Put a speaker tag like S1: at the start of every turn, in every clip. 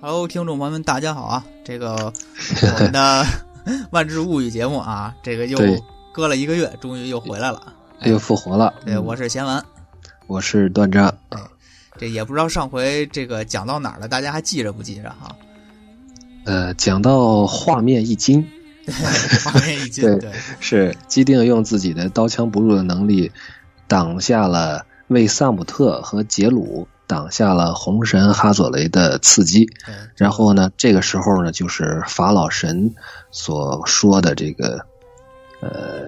S1: Hello，听众朋友们，大家好啊！这个我们 的《万智物语》节目啊，这个又
S2: 对
S1: 搁了一个月，终于又回来了。
S2: 又哎复活了。嗯
S1: 对，哎我是贤文，
S2: 我是段章，
S1: 这也不知道上回这个讲到哪儿了，大家还记着不记着 哈？
S2: 呃，讲到画面一惊，
S1: 画面一惊，对
S2: 是基定用自己的刀枪不入的能力挡下了为萨姆特和杰鲁挡下了红神哈佐雷的刺激。
S1: 对
S2: 然后呢，这个时候呢，就是法老神所说的这个，呃，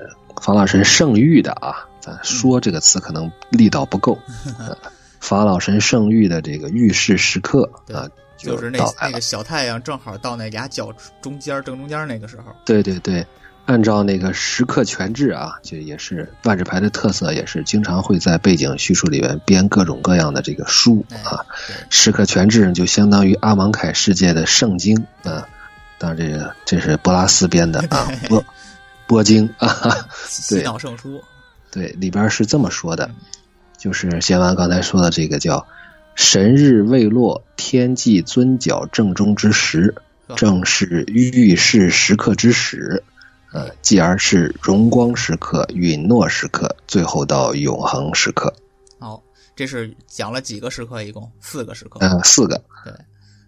S2: 法老神圣域的啊，咱说这个词可能力道不 够。呃法老神圣域的这个遇事时刻
S1: 对
S2: 啊，
S1: 就是那
S2: 到来
S1: 那
S2: 了。
S1: 个小太阳正好到那俩角中间儿正中间儿那个时候，
S2: 对对对，按照那个时刻全制啊，就也是万智牌的特色，也是经常会在背景叙述里面编各种各样的这个书
S1: 哎
S2: 啊。
S1: 对
S2: 时刻全制就相当于阿芒凯世界的圣经啊，当然这个这是波拉斯编的啊，波波经啊，
S1: 洗脑圣书，
S2: 对，里边是这么说
S1: 嗯
S2: 的，就是贤完刚才说的这个叫。神日未落，天际尊角正中之时，
S1: 呵
S2: 正是遇事时刻之始，呃，继而是荣光时刻、允诺时刻，最后到永恒时刻，
S1: 好，这是讲了几个时刻，一共四个时刻，
S2: 呃，四个。
S1: 哦对。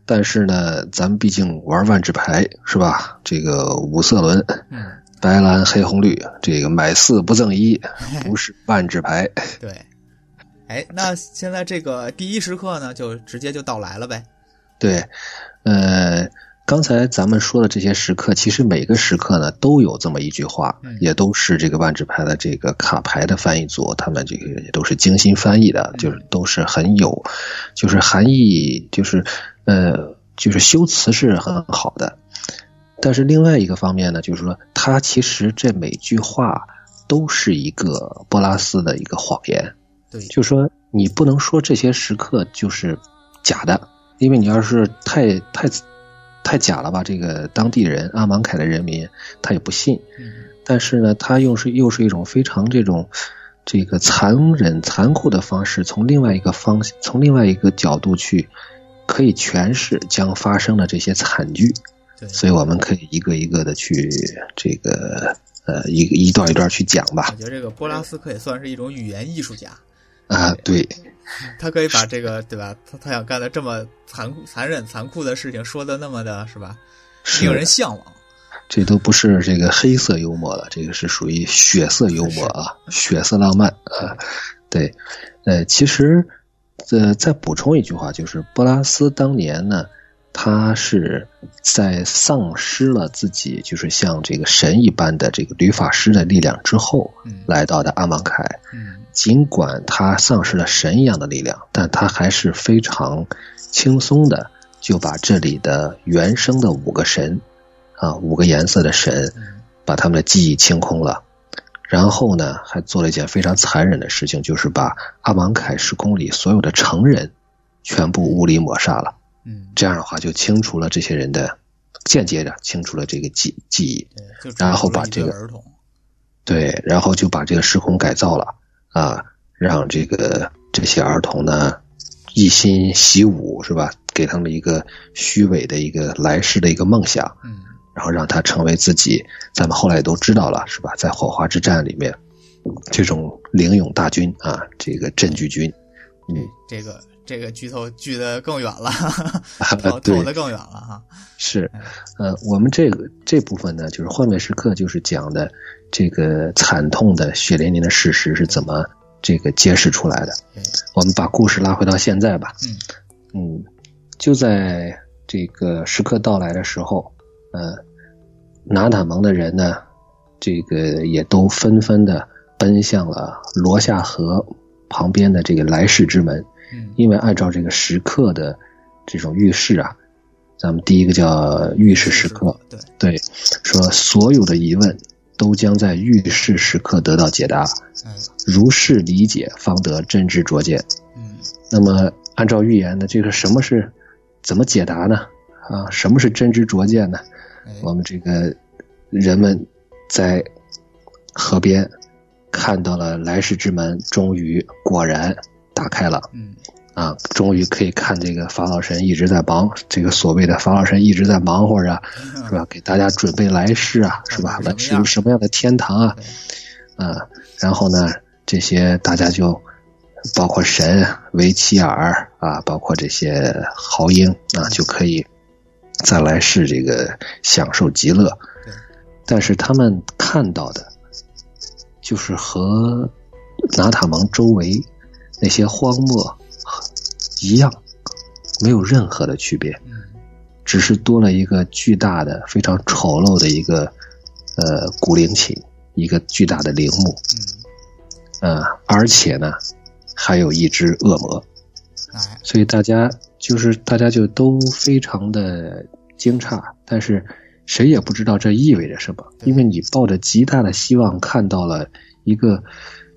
S2: 但是呢，咱们毕竟玩万智牌是吧？这个五色轮，
S1: 嗯，
S2: 白蓝黑红绿，这个买四不赠一，不是万智牌。
S1: 嗯 对。哎，那现在这个第一时刻呢，就直接就到来了呗。
S2: 对，呃，刚才咱们说的这些时刻，其实每个时刻呢都有这么一句话
S1: 嗯，
S2: 也都是这个万智牌的这个卡牌的翻译组，他们这个也都是精心翻译的，就是都是很有，就是含义，就是呃，就是修辞是很好的。但是另外一个方面呢，就是说，它其实这每句话都是一个波拉斯的一个谎言。
S1: 对，
S2: 就说你不能说这些时刻就是假的，因为你要是太太太假了吧，这个当地人阿芒凯的人民他也不信。
S1: 嗯，
S2: 但是呢，他又是又是一种非常这种这个残忍残酷的方式，从另外一个方从另外一个角度去可以诠释将发生的这些惨剧。
S1: 对，
S2: 所以我们可以一个一个的去这个呃一一段一段去讲吧
S1: 我。觉得这个波拉斯可以算是一种语言艺术家，
S2: 啊，对。
S1: 他可以把这个对吧，他他想干的这么残酷、残忍、残酷的事情说的那么的是吧，
S2: 是
S1: 令人向往。
S2: 这都不是这个黑色幽默了，这个是属于血色幽默啊，血色浪漫啊。对，呃，其实，呃，再补充一句话，就是波拉斯当年呢，他是在丧失了自己就是像这个神一般的这个律法师的力量之后，
S1: 嗯
S2: 来到的阿芒凯。
S1: 嗯，
S2: 尽管他丧失了神一样的力量，但他还是非常轻松的就把这里的原生的五个神，啊，五个颜色的神
S1: 嗯，
S2: 把他们的记忆清空了。然后呢，还做了一件非常残忍的事情，就是把阿芒凯时空里所有的成人全部物理抹杀了。
S1: 嗯，
S2: 这样的话，就清除了这些人的，间接着清除了这个记记忆。
S1: 对，就只
S2: 然后
S1: 有
S2: 把
S1: 一堆
S2: 这个
S1: 儿童，
S2: 对，然后就把这个时空改造了啊，让这个这些儿童呢一心习武是吧？给他们一个虚伪的一个来世的一个梦想，
S1: 嗯，
S2: 然后让他成为自己。咱们后来也都知道了是吧？在火花之战里面，这种领勇大军啊，这个镇巨军，嗯，
S1: 这个这个剧透剧的更远了，
S2: 啊
S1: 透
S2: 对
S1: 透，的更远哦了哈。
S2: 是
S1: 哎，
S2: 呃，我们这个这部分呢，就是幻灭时刻，就是讲的这个惨痛的血淋淋的事实是怎么这个揭示出来的。
S1: 对，
S2: 我们把故事拉回到现在吧。
S1: 嗯
S2: 嗯，就在这个时刻到来的时候，呃，拿塔蒙的人呢，这个也都纷纷的奔向了罗夏河旁边的这个来世之门。
S1: 嗯，
S2: 因为按照这个时刻的这种预示啊，咱们第一个叫预示时刻，
S1: 对，
S2: 对，说所有的疑问都将在遇事时刻得到解答。
S1: 哎
S2: 如是理解，方得真知灼见。
S1: 嗯
S2: 那么，按照预言的这个什么是怎么解答呢？啊，什么是真知灼见呢？
S1: 哎
S2: 我们这个人们在河边看到了来世之门，终于果然打开了
S1: 嗯
S2: 啊！终于可以看这个法老神一直在忙，这个所谓的法老神一直在忙活着，是吧？给大家准备来世啊，是吧？来世有嗯什么样的天堂啊？啊，然后呢，这些大家就包括神维齐尔啊，包括这些豪英啊，就可以在来世这个享受极乐
S1: 对。
S2: 但是他们看到的，就是和拿塔蒙周围那些荒漠一样，没有任何的区别。
S1: 嗯
S2: 只是多了一个巨大的、非常丑陋的一个呃古陵寝，一个巨大的陵墓，
S1: 嗯，
S2: 呃，而且呢，还有一只恶魔，
S1: 哎，
S2: 所以大家就是大家就都非常的惊诧，但是谁也不知道这意味着什么，
S1: 对
S2: 因为你抱着极大的希望看到了一个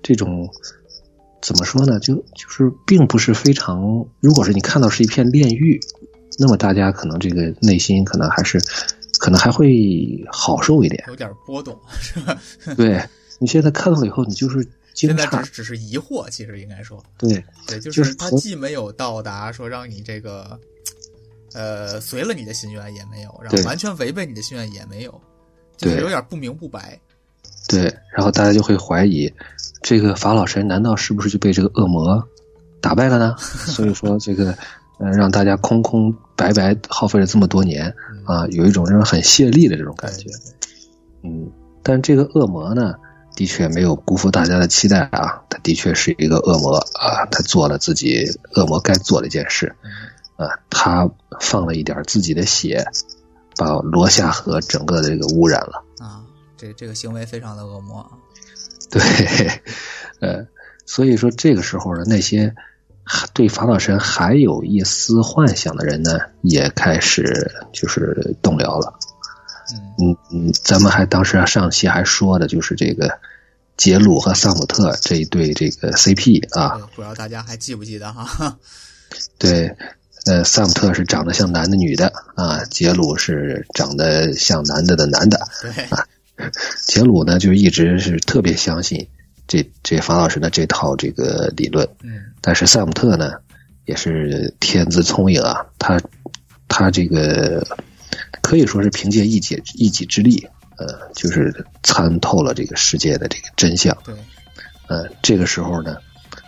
S2: 这种。怎么说呢？就就是并不是非常，如果是你看到是一片炼狱，那么大家可能这个内心可能还是，可能还会好受一 点。
S1: 有点波动是吧？
S2: 对你现在看到了以后，你就是惊
S1: 现在
S2: 诧
S1: 只，只是疑惑，其实应该说，
S2: 对
S1: 对，就
S2: 就是是
S1: 他
S2: 从
S1: 既没有到达说让你这个，呃，随了你的心愿也没有，然后
S2: 对
S1: 完全违背你的心愿也没有，就是
S2: 对
S1: 有点不明不白。
S2: 对，然后大家就会怀疑，这个法老神难道是不是就被这个恶魔打败了 呢？所以说这个，嗯，让大家空空白白耗费了这么多年
S1: 嗯，
S2: 啊，有一种让人很泄力的这种感觉
S1: 对。
S2: 嗯，但这个恶魔呢，的确没有辜负大家的期待啊，他的确是一个恶魔啊，他做了自己恶魔该做的一件事
S1: 嗯，
S2: 啊，他放了一点自己的血，把罗夏河整个的这个污染了。
S1: 啊，这这个行为非常的恶魔啊。
S2: 对，呃，所以说这个时候呢，那些还对法老神还有一丝幻想的人呢，也开始就是动摇了。
S1: 嗯
S2: 嗯嗯，咱们还当时上期还说的就是这个杰鲁和萨姆特这一对这个 CP 啊，
S1: 对，不知道大家还记不记得哈？
S2: 对，呃，萨姆特是长得像男的女的啊，杰鲁是长得像男的的男的，
S1: 对，
S2: 杰鲁呢就一直是特别相信这这法老神的这套这个理论。
S1: 嗯
S2: 但是萨姆特呢，也是天资聪颖啊，他他这个可以说是凭借一己一己之力，呃，就是参透了这个世界的这个真相。
S1: 对，
S2: 呃，这个时候呢，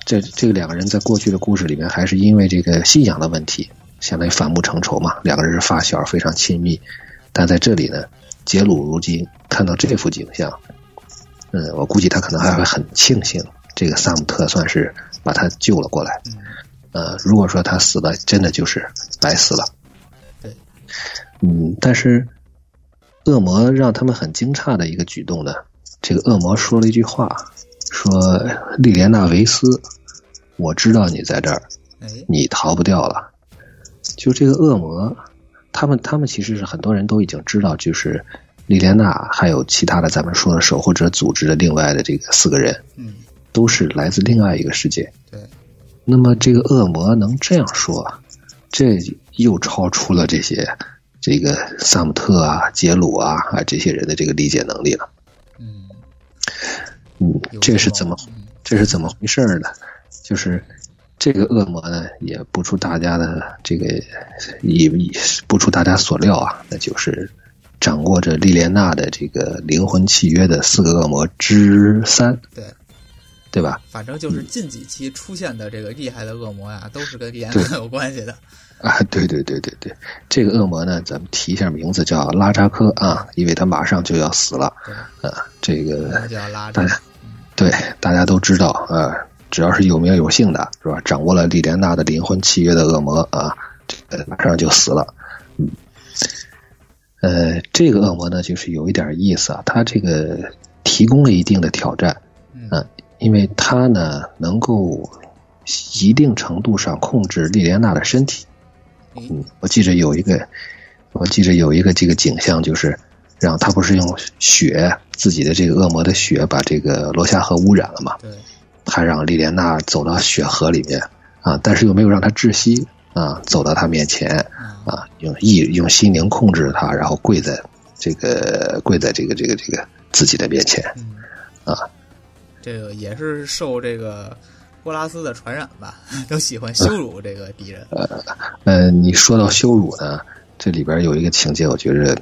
S2: 这这个两个人在过去的故事里面，还是因为这个信仰的问题，相当于反目成仇嘛。两个人是发小，非常亲密。但在这里呢，杰鲁如今看到这幅景象，嗯，我估计他可能还会很庆幸，这个萨姆特算是把他救了过来。
S1: 嗯
S2: 呃，如果说他死了，真的就是白死了。
S1: 对，
S2: 嗯，但是恶魔让他们很惊诧的一个举动呢，这个恶魔说了一句话，说莉莲娜维斯，我知道你在这儿，
S1: 哎，
S2: 你逃不掉了。就这个恶魔，他们他们其实是很多人都已经知道，就是莉莲娜还有其他的咱们说的守护者组织的另外的这个四个人，
S1: 嗯
S2: 都是来自另外一个世界。
S1: 对，
S2: 那么这个恶魔能这样说，这又超出了这些这个萨姆特啊、杰鲁啊啊这些人的这个理解能力了。
S1: 嗯，
S2: 嗯
S1: 有，
S2: 这是
S1: 种
S2: 怎么
S1: 嗯
S2: 这是怎么回事儿呢？就是这个恶魔呢，也不出大家的这个也也不出大家所料啊，那就是掌握着莉莲娜的这个灵魂契约的四个恶魔之三，
S1: 对？
S2: 对吧？
S1: 反正就是近几期出现的这个厉害的恶魔呀，都是跟莉安
S2: 对
S1: 娜有关系的。
S2: 啊，对对对对对，这个恶魔呢，咱们提一下名字叫拉扎科啊，因为他马上就要死了
S1: 对，
S2: 啊。这
S1: 那
S2: 个
S1: 就要拉着
S2: 大，对大家都知道啊，只要是有名有姓的，是吧？掌握了莉莲娜的灵魂契约的恶魔啊，这个马上就死了。嗯，呃，这个恶魔呢，就是有一点意思啊，他这个提供了一定的挑战，
S1: 嗯
S2: 嗯因为他呢能够一定程度上控制莉莲娜的身体。
S1: 诶
S2: 嗯，我记着有一个，我记着有一个这个景象，就是让他不是用血自己的这个恶魔的血把这个罗夏河污染了嘛，
S1: 对，
S2: 他让莉莲娜走到血河里面啊，但是又没有让她窒息啊，走到他面前
S1: 啊
S2: 啊，用意用心灵控制他，然后跪在这个跪在这个这个这个自己的面前。
S1: 嗯
S2: 啊，
S1: 这个也是受这个波拉斯的传染吧， 都喜欢羞辱这个敌人。
S2: 呃，你说到羞辱呢，这里边有一个情节，我觉着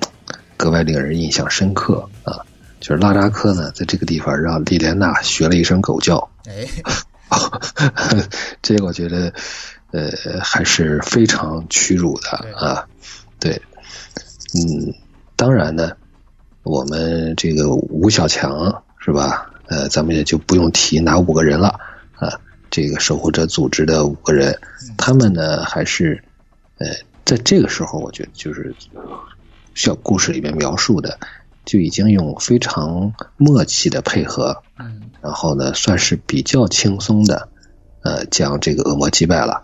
S2: 格外令人印象深刻啊，就是拉扎科呢，在这个地方让莉莲娜学了一声狗叫，
S1: 哎，
S2: 这个我觉得，呃，还是非常屈辱的啊。对，嗯，当然呢，我们这个吴小强是吧？呃，咱们也就不用提哪五个人了啊。这个守护者组织的五个人
S1: 嗯，
S2: 他们呢还是，呃，在这个时候，我觉得就是小故事里面描述的，就已经用非常默契的配合，
S1: 嗯，
S2: 然后呢，算是比较轻松的，呃，将这个恶魔击败了。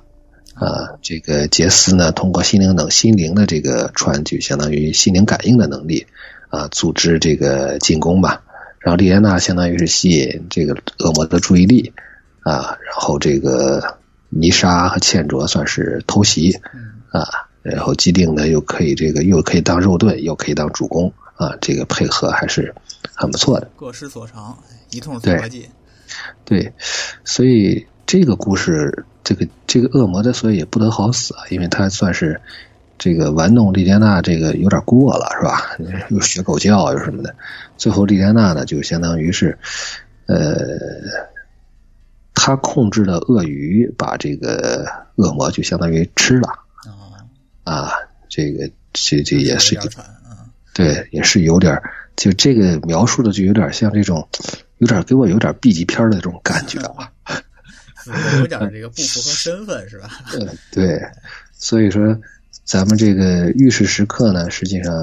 S2: 呃，这个杰斯呢，通过心灵能心灵的这个传，就相当于心灵感应的能力，啊、组织这个进攻吧。然后莉莲娜相当于是吸引这个恶魔的注意力，啊、然后这个泥沙和茜卓算是偷袭，
S1: 嗯
S2: 啊，然后既定呢又可以这个又可以当肉盾，又可以当主攻啊，这个配合还是很不错的。
S1: 各施所长，哎一通搓合计。
S2: 对，所以这个故事，这个这个恶魔之所以也不得好死啊，因为他算是这个玩弄莉莲娜，这个有点过了，是吧？又学狗叫又什么的，最后莉莲娜呢，就相当于是，呃，他控制了鳄鱼，把这个恶魔就相当于吃了
S1: 啊，
S2: 啊，这个这这也是一
S1: 有
S2: 个
S1: 点惨啊，
S2: 对，也是有点儿，就这个描述的就有点像这种，有点儿给我有点儿 B 级片儿的这种感觉啊。
S1: 似乎有点这个不符合身份是吧？
S2: 呃，对，所以说咱们这个玉石时刻呢，实际上，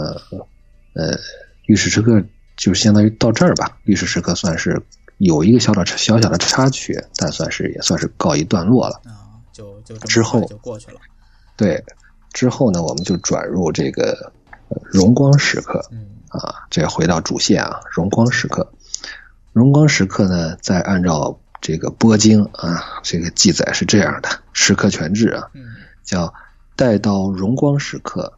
S2: 呃，玉石时刻就相当于到这儿吧。玉石时刻算是有一个小小小小的插曲，但算是也算是告一段落了。
S1: 啊，就就这么
S2: 之后
S1: 快就过去了。
S2: 对，之后呢，我们就转入这个呃荣光时刻。
S1: 嗯
S2: 啊，这回到主线啊，荣光时刻。荣光时刻呢，再按照这个波经啊，这个记载是这样的：时刻全志啊，
S1: 嗯
S2: 叫待到荣光时刻，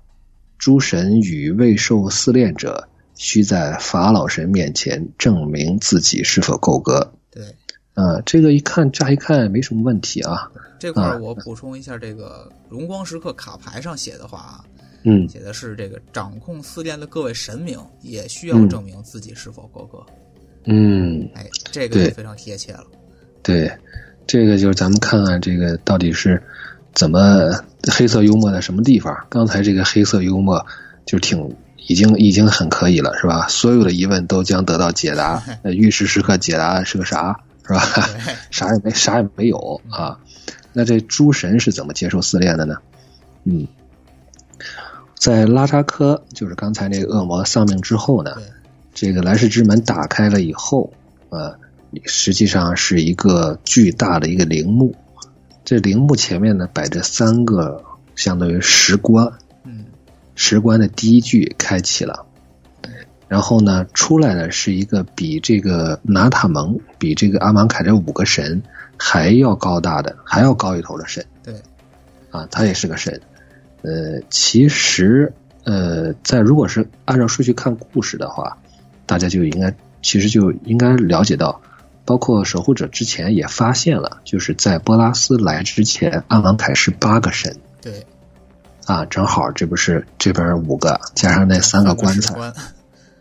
S2: 诸神与未受试炼者，须在法老神面前证明自己是否够格。
S1: 对，
S2: 啊，这个一看，乍一看没什么问题啊。
S1: 这块儿
S2: 啊
S1: 我补充一下，这个荣光时刻卡牌上写的话啊，
S2: 嗯，
S1: 写的是这个掌控四殿的各位神明也需要
S2: 嗯
S1: 证明自己是否够格。
S2: 嗯，
S1: 哎，这个
S2: 对
S1: 就非常贴切了。
S2: 对，这个就是咱们看看这个到底是怎么黑色幽默在什么地方。刚才这个黑色幽默就挺已经已经很可以了，是吧？所有的疑问都将得到解答。呃，玉石时刻解答是个啥，是吧？
S1: 对，
S2: 啥也没啥也没有啊。那这诸神是怎么接受试炼的呢？嗯，在拉扎科就是刚才那个恶魔丧命之后呢，
S1: 对
S2: 这个来世之门打开了以后，呃，实际上是一个巨大的一个陵墓。这陵墓前面呢摆着三个相当于石棺，
S1: 嗯
S2: 石棺的第一具开启了，然后呢出来的是一个比这个拿塔蒙、比这个阿芒凯这五个神还要高大的、还要高一头的神。
S1: 对，
S2: 啊，他也是个神。呃，其实，呃，在如果是按照顺序看故事的话，大家就应该其实就应该了解到，包括守护者之前也发现了，就是在波拉斯来之前，阿芒凯是八个神
S1: 对，
S2: 啊，正好这不是这边五个加上那三个棺
S1: 石
S2: 材，
S1: 棺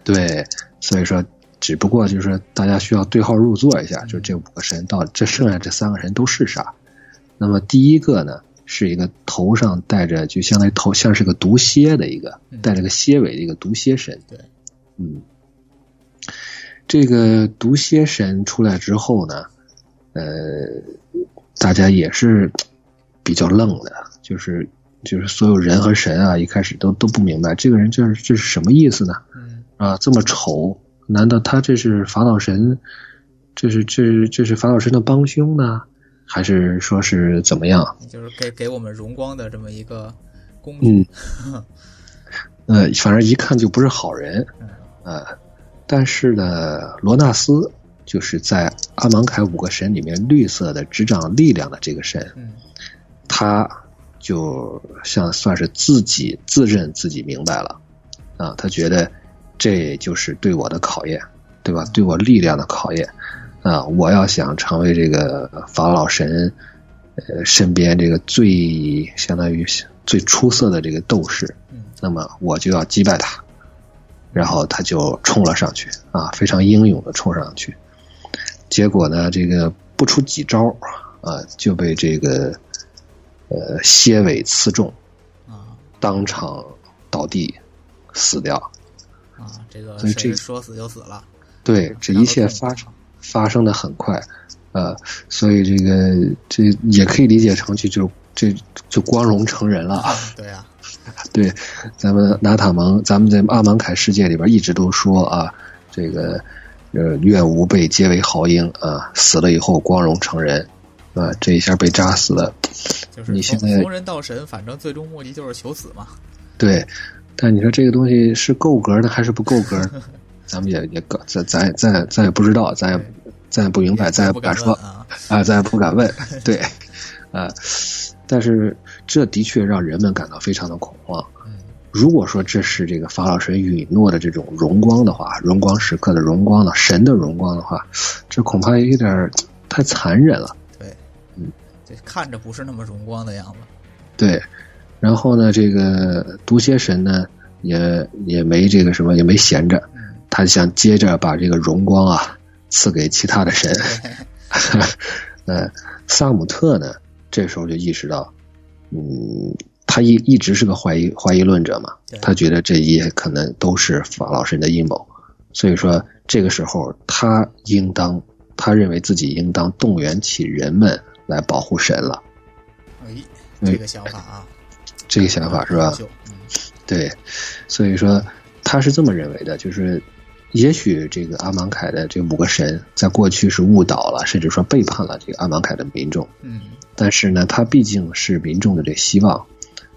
S2: 对，所以说。只不过就是大家需要对号入座一下，就这五个神到这剩下这三个神都是啥？那么第一个呢，是一个头上戴着就相当于头像是个毒蝎的一个
S1: 嗯，
S2: 带着个蝎尾的一个毒蝎神。
S1: 对，
S2: 嗯，这个毒蝎神出来之后呢，呃，大家也是比较愣的，就是就是所有人和神啊，一开始都都不明白这个人这是这是什么意思呢？
S1: 嗯，
S2: 啊，这么丑，难道他这是法老神？这是这是这是法老神的帮凶呢？还是说是怎么样？
S1: 也就是给给我们荣光的这么一个工具。
S2: 嗯，呃，反正一看就不是好人
S1: 嗯，
S2: 呃，但是呢，罗纳斯就是在阿芒凯五个神里面绿色的执掌力量的这个神，
S1: 嗯
S2: 他就像算是自己自认自己明白了，啊，他觉得这就是对我的考验，对吧？对我力量的考验，啊，我要想成为这个法老神，呃，身边这个最相当于最出色的这个斗士，
S1: 嗯
S2: 那么我就要击败他。然后他就冲了上去啊，非常英勇的冲上去。结果呢，这个不出几招啊，就被这个呃蝎尾刺中，
S1: 啊
S2: 当场倒地死掉。
S1: 啊，这个
S2: 所以这
S1: 谁
S2: 个
S1: 说死就死了，
S2: 对，这一切发生发生的很快，呃，所以这个这也可以理解成就就这就光荣成人了。
S1: 对啊，
S2: 对，咱们拿塔蒙，咱们在阿芒凯世界里边一直都说啊，这个呃，愿吾辈皆为豪英啊，死了以后光荣成人啊，这一下被扎死了，
S1: 就是
S2: 你
S1: 从
S2: 现在
S1: 从人到神，反正最终目的就是求死嘛。
S2: 对。但你说这个东西是够格呢，还是不够格 呢？咱们也也搞，咱咱也咱也咱也不知道，咱也咱也不明白，咱也
S1: 不
S2: 敢
S1: 敢
S2: 说
S1: 问啊，
S2: 啊，咱也不敢 问，对，啊，但是这的确让人们感到非常的恐慌。
S1: 嗯
S2: 如果说这是这个法老神允诺的这种荣光的话，荣光时刻的荣光呢，神的荣光的话，这恐怕有点儿太残忍了。
S1: 对，
S2: 嗯，
S1: 这看着不是那么荣光的样子。
S2: 对，然后呢，这个毒蝎神呢，也也没这个什么，也没闲着，
S1: 嗯，
S2: 他想接着把这个荣光啊赐给其他的神。
S1: 哎
S2: 呃，萨姆特呢，这时候就意识到，嗯，他一一直是个怀疑怀疑论者嘛，
S1: 对
S2: 他觉得这一切可能都是法老神的阴谋，所以说这个时候他应当，他认为自己应当动员起人们来保护神了，
S1: 哎，这个想法啊，
S2: 这个想法是吧？
S1: 就嗯
S2: 对，所以说他是这么认为的，就是也许这个阿芒凯的这五个神在过去是误导了，甚至说背叛了这个阿芒凯的民众。
S1: 嗯，
S2: 但是呢，它毕竟是民众的这希望，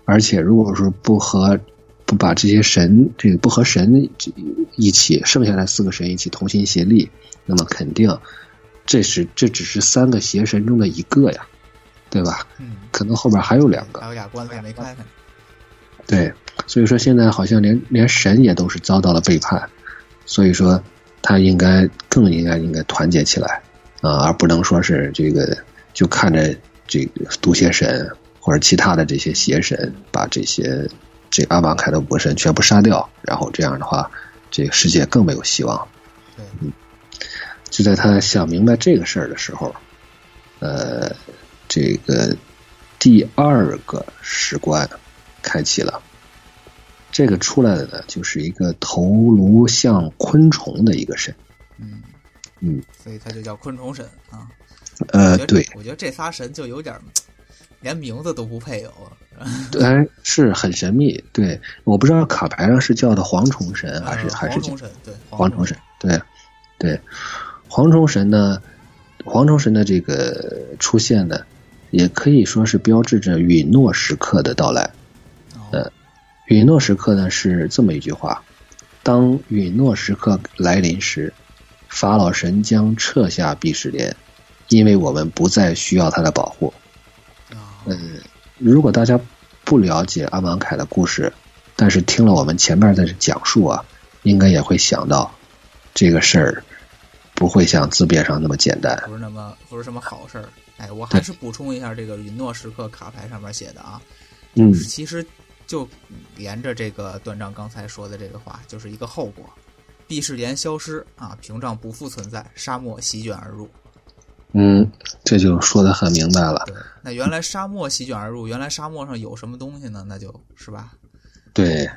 S2: 而且如果说不和不把这些神这个不和神一起，剩下来四个神一起同心协力，那么肯定这是这只是三个邪神中的一个呀，对吧？
S1: 嗯，
S2: 可能后边还有两个
S1: 还。有俩关子也没开开。
S2: 对，所以说现在好像连连神也都是遭到了背叛，所以说他应该更应该应该团结起来啊，而不能说是这个就看着这个毒蝎神或者其他的这些邪神把这些这个阿玛凯的五个神全部杀掉，然后这样的话，这个世界更没有希望了。
S1: 对，
S2: 就在他想明白这个事儿的时候，呃，这个第二个石棺开启了。这个出来的呢，就是一个头颅像昆虫的一个神。
S1: 嗯
S2: 嗯，
S1: 所以它就叫昆虫神啊。
S2: 呃
S1: 我觉，得
S2: 对，
S1: 我觉得这仨神就有点儿连名字都不配有。啊
S2: 对哎，是很神秘。对，我不知道卡牌上是叫的蝗虫神还是
S1: 呃
S2: 还是
S1: 蝗
S2: 叫
S1: 虫神对
S2: 蝗虫神，。对，对，蝗虫神呢，蝗虫神的这个出现呢，也可以说是标志着允诺时刻的到来。
S1: 哦，
S2: 允诺时刻呢是这么一句话：当允诺时刻来临时，法老神将撤下避世莲，因为我们不再需要他的保护。
S1: 啊
S2: 嗯，如果大家不了解阿芒凯的故事，但是听了我们前面的讲述啊，应该也会想到这个事儿不会像字面上那么简单。
S1: 不是那么不是什么好事儿。哎，我还是补充一下这个允诺时刻卡牌上面写的啊，
S2: 嗯
S1: 其实就沿着这个段章刚才说的这个话，就是一个后果。毕世莲消失啊，屏障不复存在，沙漠席卷而入。
S2: 嗯，这就说的很明白了。
S1: 对，那原来沙漠席卷而入，原来沙漠上有什么东西呢？那就是吧，
S2: 对，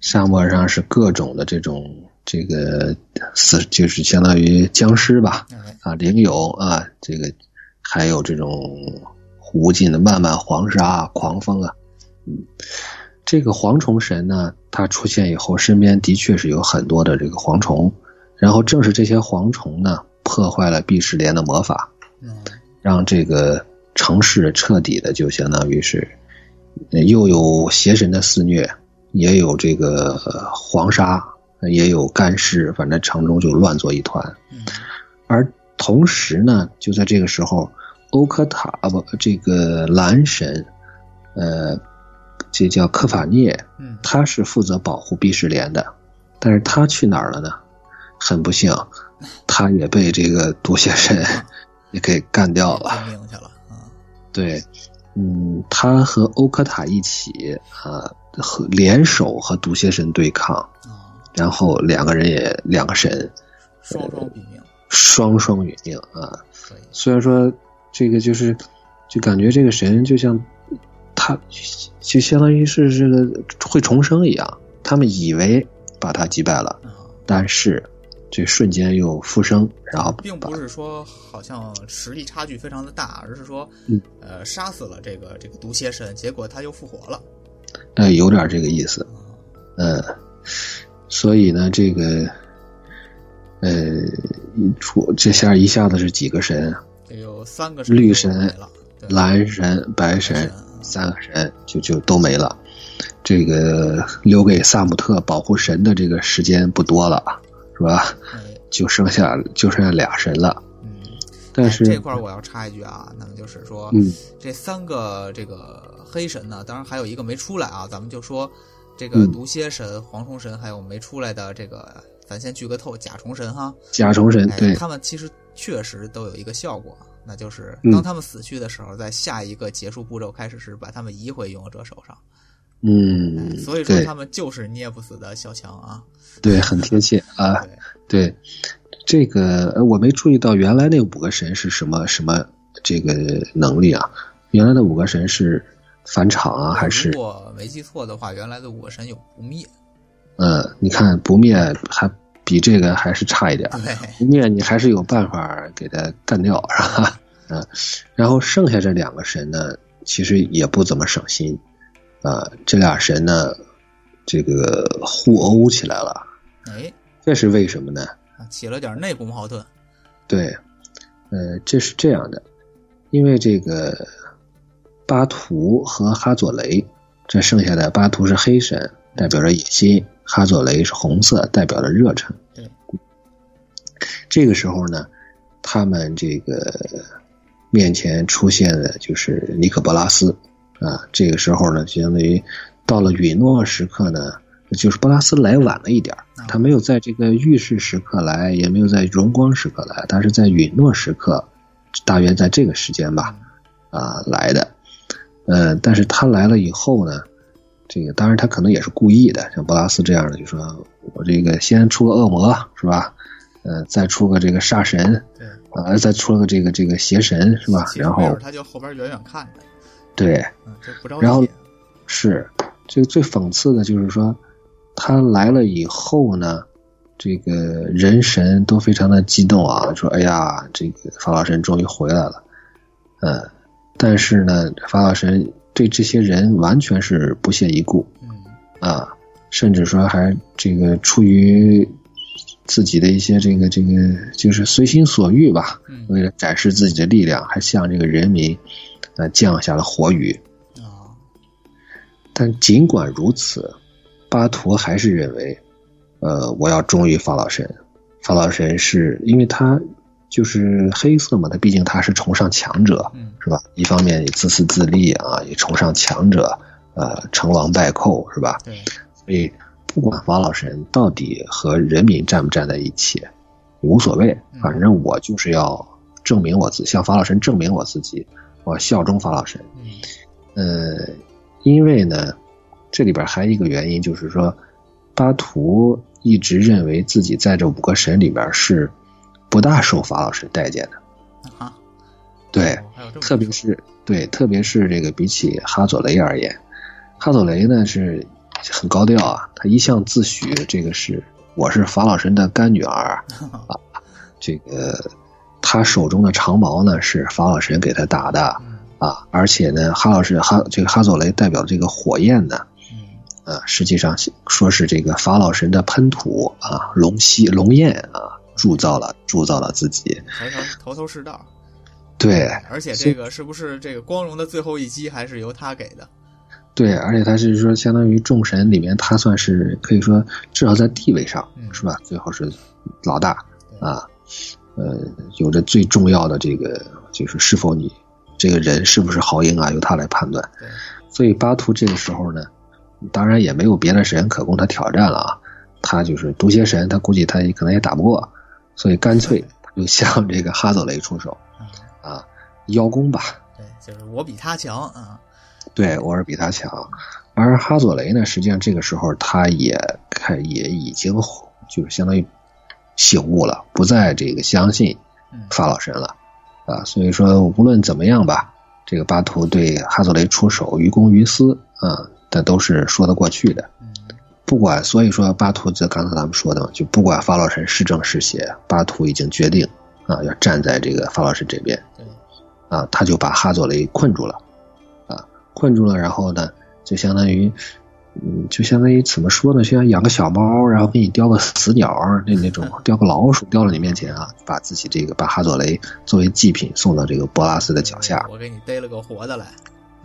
S2: 沙漠上是各种的这种这个死，就是相当于僵尸吧，
S1: 哎，
S2: 啊，灵友啊，这个还有这种无尽的漫漫黄沙、狂风啊，嗯，这个蝗虫神呢，它出现以后，身边的确是有很多的这个蝗虫，然后正是这些蝗虫呢，破坏了毕世莲的魔法，
S1: 嗯，
S2: 让这个城市彻底的就相当于是，呃又有邪神的肆虐，也有这个呃黄沙也有干事，反正城中就乱作一团。
S1: 嗯
S2: 而同时呢，就在这个时候，欧科塔啊不，这个蓝神，呃，这叫科法涅，
S1: 嗯
S2: 他是负责保护毕士莲的，但是他去哪儿了呢？很不幸，他也被这个毒蝎神 也给干掉了。
S1: 天命去了啊，
S2: 对，嗯，他和欧科塔一起啊，和联手和毒蝎神对抗，
S1: 啊，
S2: 然后两个人也两个神
S1: 双双毙命，
S2: 双双殒命啊。
S1: 可以，
S2: 虽然说这个就是，就感觉这个神就像他，就相当于是这个会重生一样，他们以为把他击败了，
S1: 啊，
S2: 但是这瞬间又复生，然后
S1: 并不是说好像实力差距非常的大，而是说
S2: 嗯，
S1: 呃，杀死了这个这个毒蝎神，结果他又复活了，
S2: 呃有点这个意思。
S1: 啊，
S2: 嗯，所以呢，这个，呃，一出这下一下子是几个神，
S1: 这有三个神
S2: 绿神
S1: 都没了，对
S2: 蓝神、白神
S1: 啊
S2: 三个神就就都没了。这个留给萨姆特保护神的这个时间不多了，是吧？
S1: 哎
S2: 就剩下就剩下俩神了。
S1: 嗯，
S2: 但是
S1: 哎这块儿我要插一句啊，那么就是说，
S2: 嗯
S1: 这三个这个黑神呢，当然还有一个没出来啊，咱们就说这个
S2: 嗯
S1: 毒蝎神、蝗虫神，还有没出来的这个，咱先剧个透，甲虫神哈，
S2: 甲虫神
S1: 哎，
S2: 对，
S1: 他们其实确实都有一个效果，那就是
S2: 嗯
S1: 当他们死去的时候，在下一个结束步骤开始时，把他们移回拥有者手上，
S2: 嗯，
S1: 所以说
S2: 对
S1: 他们就是捏不死的小强啊，
S2: 对，很贴切啊，
S1: 对，
S2: 对。这个呃我没注意到原来那五个神是什么什么这个能力啊？原来的五个神是返场啊，还是
S1: 如果没记错的话，原来的五个神有不灭，
S2: 嗯，你看不灭还比这个还是差一点儿，
S1: 对，
S2: 不灭你还是有办法给它干掉，是吧？ 嗯，然后剩下这两个神呢，其实也不怎么省心，啊、这俩神呢，这个互殴起来了，
S1: 哎，
S2: 这是为什么呢？
S1: 啊起了点内部矛盾，
S2: 对，呃，这是这样的，因为这个巴图和哈佐雷，这剩下的巴图是黑神，代表着野心；哈佐雷是红色，代表着热忱。
S1: 对，
S2: 这个时候呢，他们这个面前出现的就是尼可波拉斯啊，这个时候呢，相当于到了允诺时刻呢。就是波拉斯来晚了一点儿
S1: 啊，
S2: 他没有在这个浴室时刻来，也没有在荣光时刻来，他是在允诺时刻，大约在这个时间吧，啊来的。呃，但是他来了以后呢，这个当然他可能也是故意的，像波拉斯这样的，就说我这个先出个恶魔是吧？呃，再出个这个煞神，
S1: 对，
S2: 啊、再出个这个这个邪神是吧？
S1: 其实
S2: 然
S1: 没准
S2: 后
S1: 儿他就后边远远看着，
S2: 对，
S1: 嗯，这不着急。
S2: 然后是，这个最讽刺的就是说，他来了以后呢，这个人神都非常的激动啊，说：“哎呀，这个法老神终于回来了。”嗯，但是呢，法老神对这些人完全是不屑一顾
S1: 嗯，
S2: 啊，甚至说还这个出于自己的一些这个这个就是随心所欲吧，
S1: 嗯
S2: 为了展示自己的力量，还向这个人民呃降下了火雨。
S1: 啊，
S2: 但尽管如此，巴图还是认为，呃，我要忠于法老神。法老神是因为他就是黑色嘛，他毕竟他是崇尚强者，
S1: 嗯
S2: 是吧？一方面也自私自利啊，也崇尚强者，呃，成王败寇，是吧？
S1: 对，
S2: 所以不管法老神到底和人民站不站在一起，无所谓
S1: 嗯，
S2: 反正我就是要证明我自向法老神证明我自己，我效忠法老神。
S1: 嗯
S2: 呃，因为呢，这里边还有一个原因就是说，巴图一直认为自己在这五个神里边是不大受法老神待见的，
S1: 啊，
S2: 对，
S1: 哦，还有这么
S2: 特别
S1: 一说
S2: 是对，特别是这个比起哈佐雷而言，哈佐雷呢是很高调啊，他一向自诩这个是我是法老神的干女儿，啊这个他手中的长矛呢是法老神给他打的，
S1: 嗯
S2: 啊，而且呢，哈老师哈这个哈佐雷代表这个火焰呢，
S1: 嗯
S2: 啊，实际上说是这个法老神的喷吐啊，龙息龙焰啊，铸造了铸造了自己。
S1: 头头头头是道。
S2: 对
S1: 而且
S2: 所
S1: 这
S2: 以
S1: 个是不是这个光荣的最后一击还是由他给的？
S2: 对，而且他是说，相当于众神里面，他算是可以说至少在地位上
S1: 嗯
S2: 是吧？最后是老大啊，呃，有着最重要的这个就是是否你这个人是不是好鹰啊，由他来判断。
S1: 对，
S2: 所以巴图这个时候呢，当然也没有别的神可供他挑战了啊，他就是毒蝎神，他估计他也可能也打不过，所以干脆他就向这个哈佐雷出手
S1: 啊，
S2: 啊，邀功吧，
S1: 对，就是我比他强啊，
S2: 对，我是比他强。而哈佐雷呢，实际上这个时候他也开也已经就是相当于醒悟了，不再这个相信
S1: 嗯，
S2: 法老神了啊。所以说，无论怎么样吧，这个巴图对哈佐雷出手于公于私啊，但都是说得过去的。
S1: 嗯，
S2: 不管，所以说巴图就刚才咱们说的嘛，就不管法老神是正是邪，巴图已经决定啊，要站在这个法老神这边。
S1: 对，
S2: 啊，他就把哈佐雷困住了，啊，困住了，然后呢，就相当于，嗯，就相当于怎么说呢，就像养个小猫，然后给你叼个死鸟儿那那种，叼个老鼠叼到你面前啊，把自己这个把哈佐雷作为祭品送到这个博拉斯的脚下，
S1: 嗯我给你逮了个活的来，啊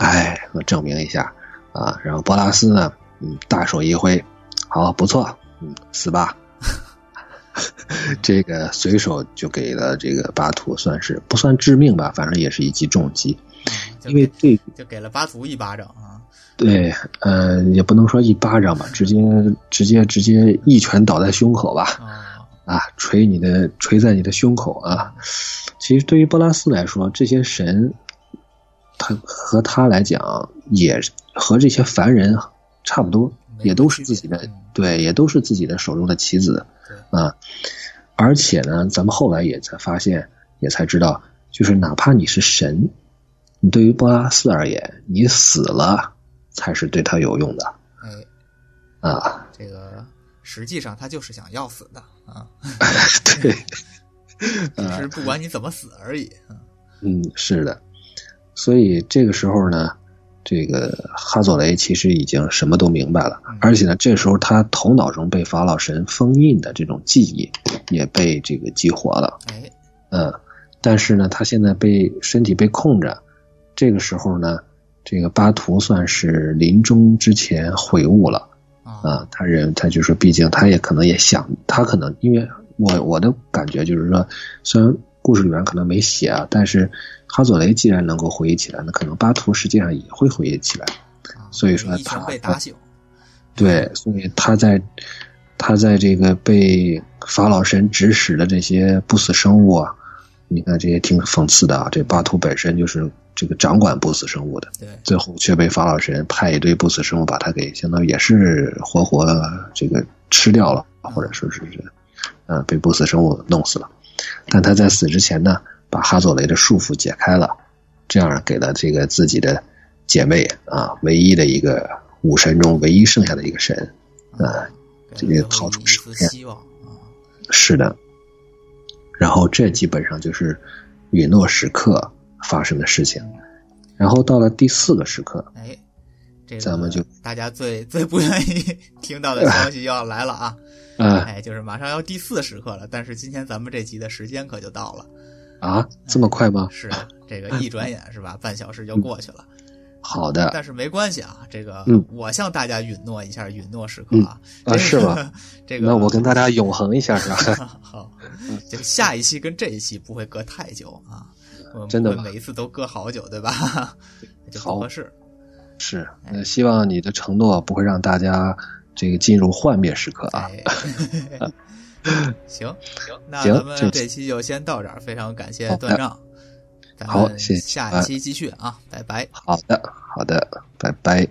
S2: 哎，我证明一下啊，然后博拉斯呢，嗯，大手一挥，好，不错，嗯，死吧。 这个随手就给了这个巴图，算是不算致命吧，反正也是一记重击。
S1: 啊、就
S2: 因为
S1: 给
S2: 这
S1: 就给了巴图一巴掌啊，
S2: 对，呃，也不能说一巴掌吧，直接直接直接一拳倒在胸口吧，
S1: 啊，
S2: 啊，捶你的捶在你的胸口啊。其实对于波拉斯来说，这些神，他和他来讲，也和这些凡人差不多，
S1: 没
S2: 也都是自己的
S1: 区别嗯
S2: 对，也都是自己的手中的棋子啊。而且呢，咱们后来也才发现，也才知道，就是哪怕你是神，你对于波拉斯而言，你死了才是对他有用的
S1: 哎，
S2: 啊。
S1: 这个实际上他就是想要死的啊，
S2: 对，
S1: 只是不管你怎么死而已，嗯
S2: 嗯，是的。所以这个时候呢，这个哈佐雷其实已经什么都明白了
S1: 嗯，
S2: 而且呢，这时候他头脑中被法老神封印的这种记忆也被这个激活了。
S1: 哎，
S2: 嗯，但是呢，他现在被身体被控着，这个时候呢，这个巴图算是临终之前悔悟了
S1: 啊，
S2: 啊。他人他就说，毕竟他也可能也想，他可能因为我我的感觉就是说，虽然故事里面可能没写啊，但是哈佐雷既然能够回忆起来，那可能巴图实际上也会回忆起来。
S1: 啊
S2: 所以说
S1: 一拳
S2: 他
S1: 被打醒，
S2: 对，所以他在他在这个被法老神指使的这些不死生物啊，你看这也挺讽刺的啊。这巴图本身就是这个掌管不死生物的，
S1: 对，
S2: 最后却被法老神派一堆不死生物把他给相当于也是活活这个吃掉了，或者说是是呃被不死生物弄死了。但他在死之前呢，把哈佐雷的束缚解开了，这样给了这个自己的姐妹啊唯一的一个武神中唯一剩下的一个神。啊，这
S1: 给
S2: 个
S1: 了最后
S2: 逃出
S1: 一
S2: 生
S1: 丝
S2: 天
S1: 希望啊，
S2: 是的，然后这基本上就是陨落时刻发生的事情。然后到了第四个时刻，
S1: 哎，这个
S2: 咱们就
S1: 大家最最不愿意 听到的消息要来了啊！
S2: 呃
S1: 哎，就是马上要第四时刻了，但是今天咱们这集的时间可就到了。
S2: 啊，这么快吗？
S1: 是这
S2: 哎
S1: 个一转眼是吧，半小
S2: 嗯
S1: 时就过去了。
S2: 好的，
S1: 但是没关系啊，这个
S2: 哎嗯
S1: 我向大家允诺一下允诺时刻啊，
S2: 嗯啊
S1: 这
S2: 是
S1: 个
S2: 吗？
S1: 这个
S2: 那我跟哎大家永恒一下是吧？
S1: 好，这个下一期跟这一期不会隔太久啊，我们
S2: 真的
S1: 不会
S2: 吗
S1: 每一次都隔好久对吧？ 就不
S2: 好
S1: 合适。
S2: 是，呃希望你的承诺不会让大家这个进入幻灭时刻啊。
S1: 哎行，那
S2: 行
S1: 咱们
S2: 这
S1: 这期就先到这儿，非常感谢
S2: 好
S1: 段让，咱
S2: 好
S1: 们
S2: 谢谢哎
S1: 下一期继续啊，拜拜。
S2: 好的，好的，拜拜。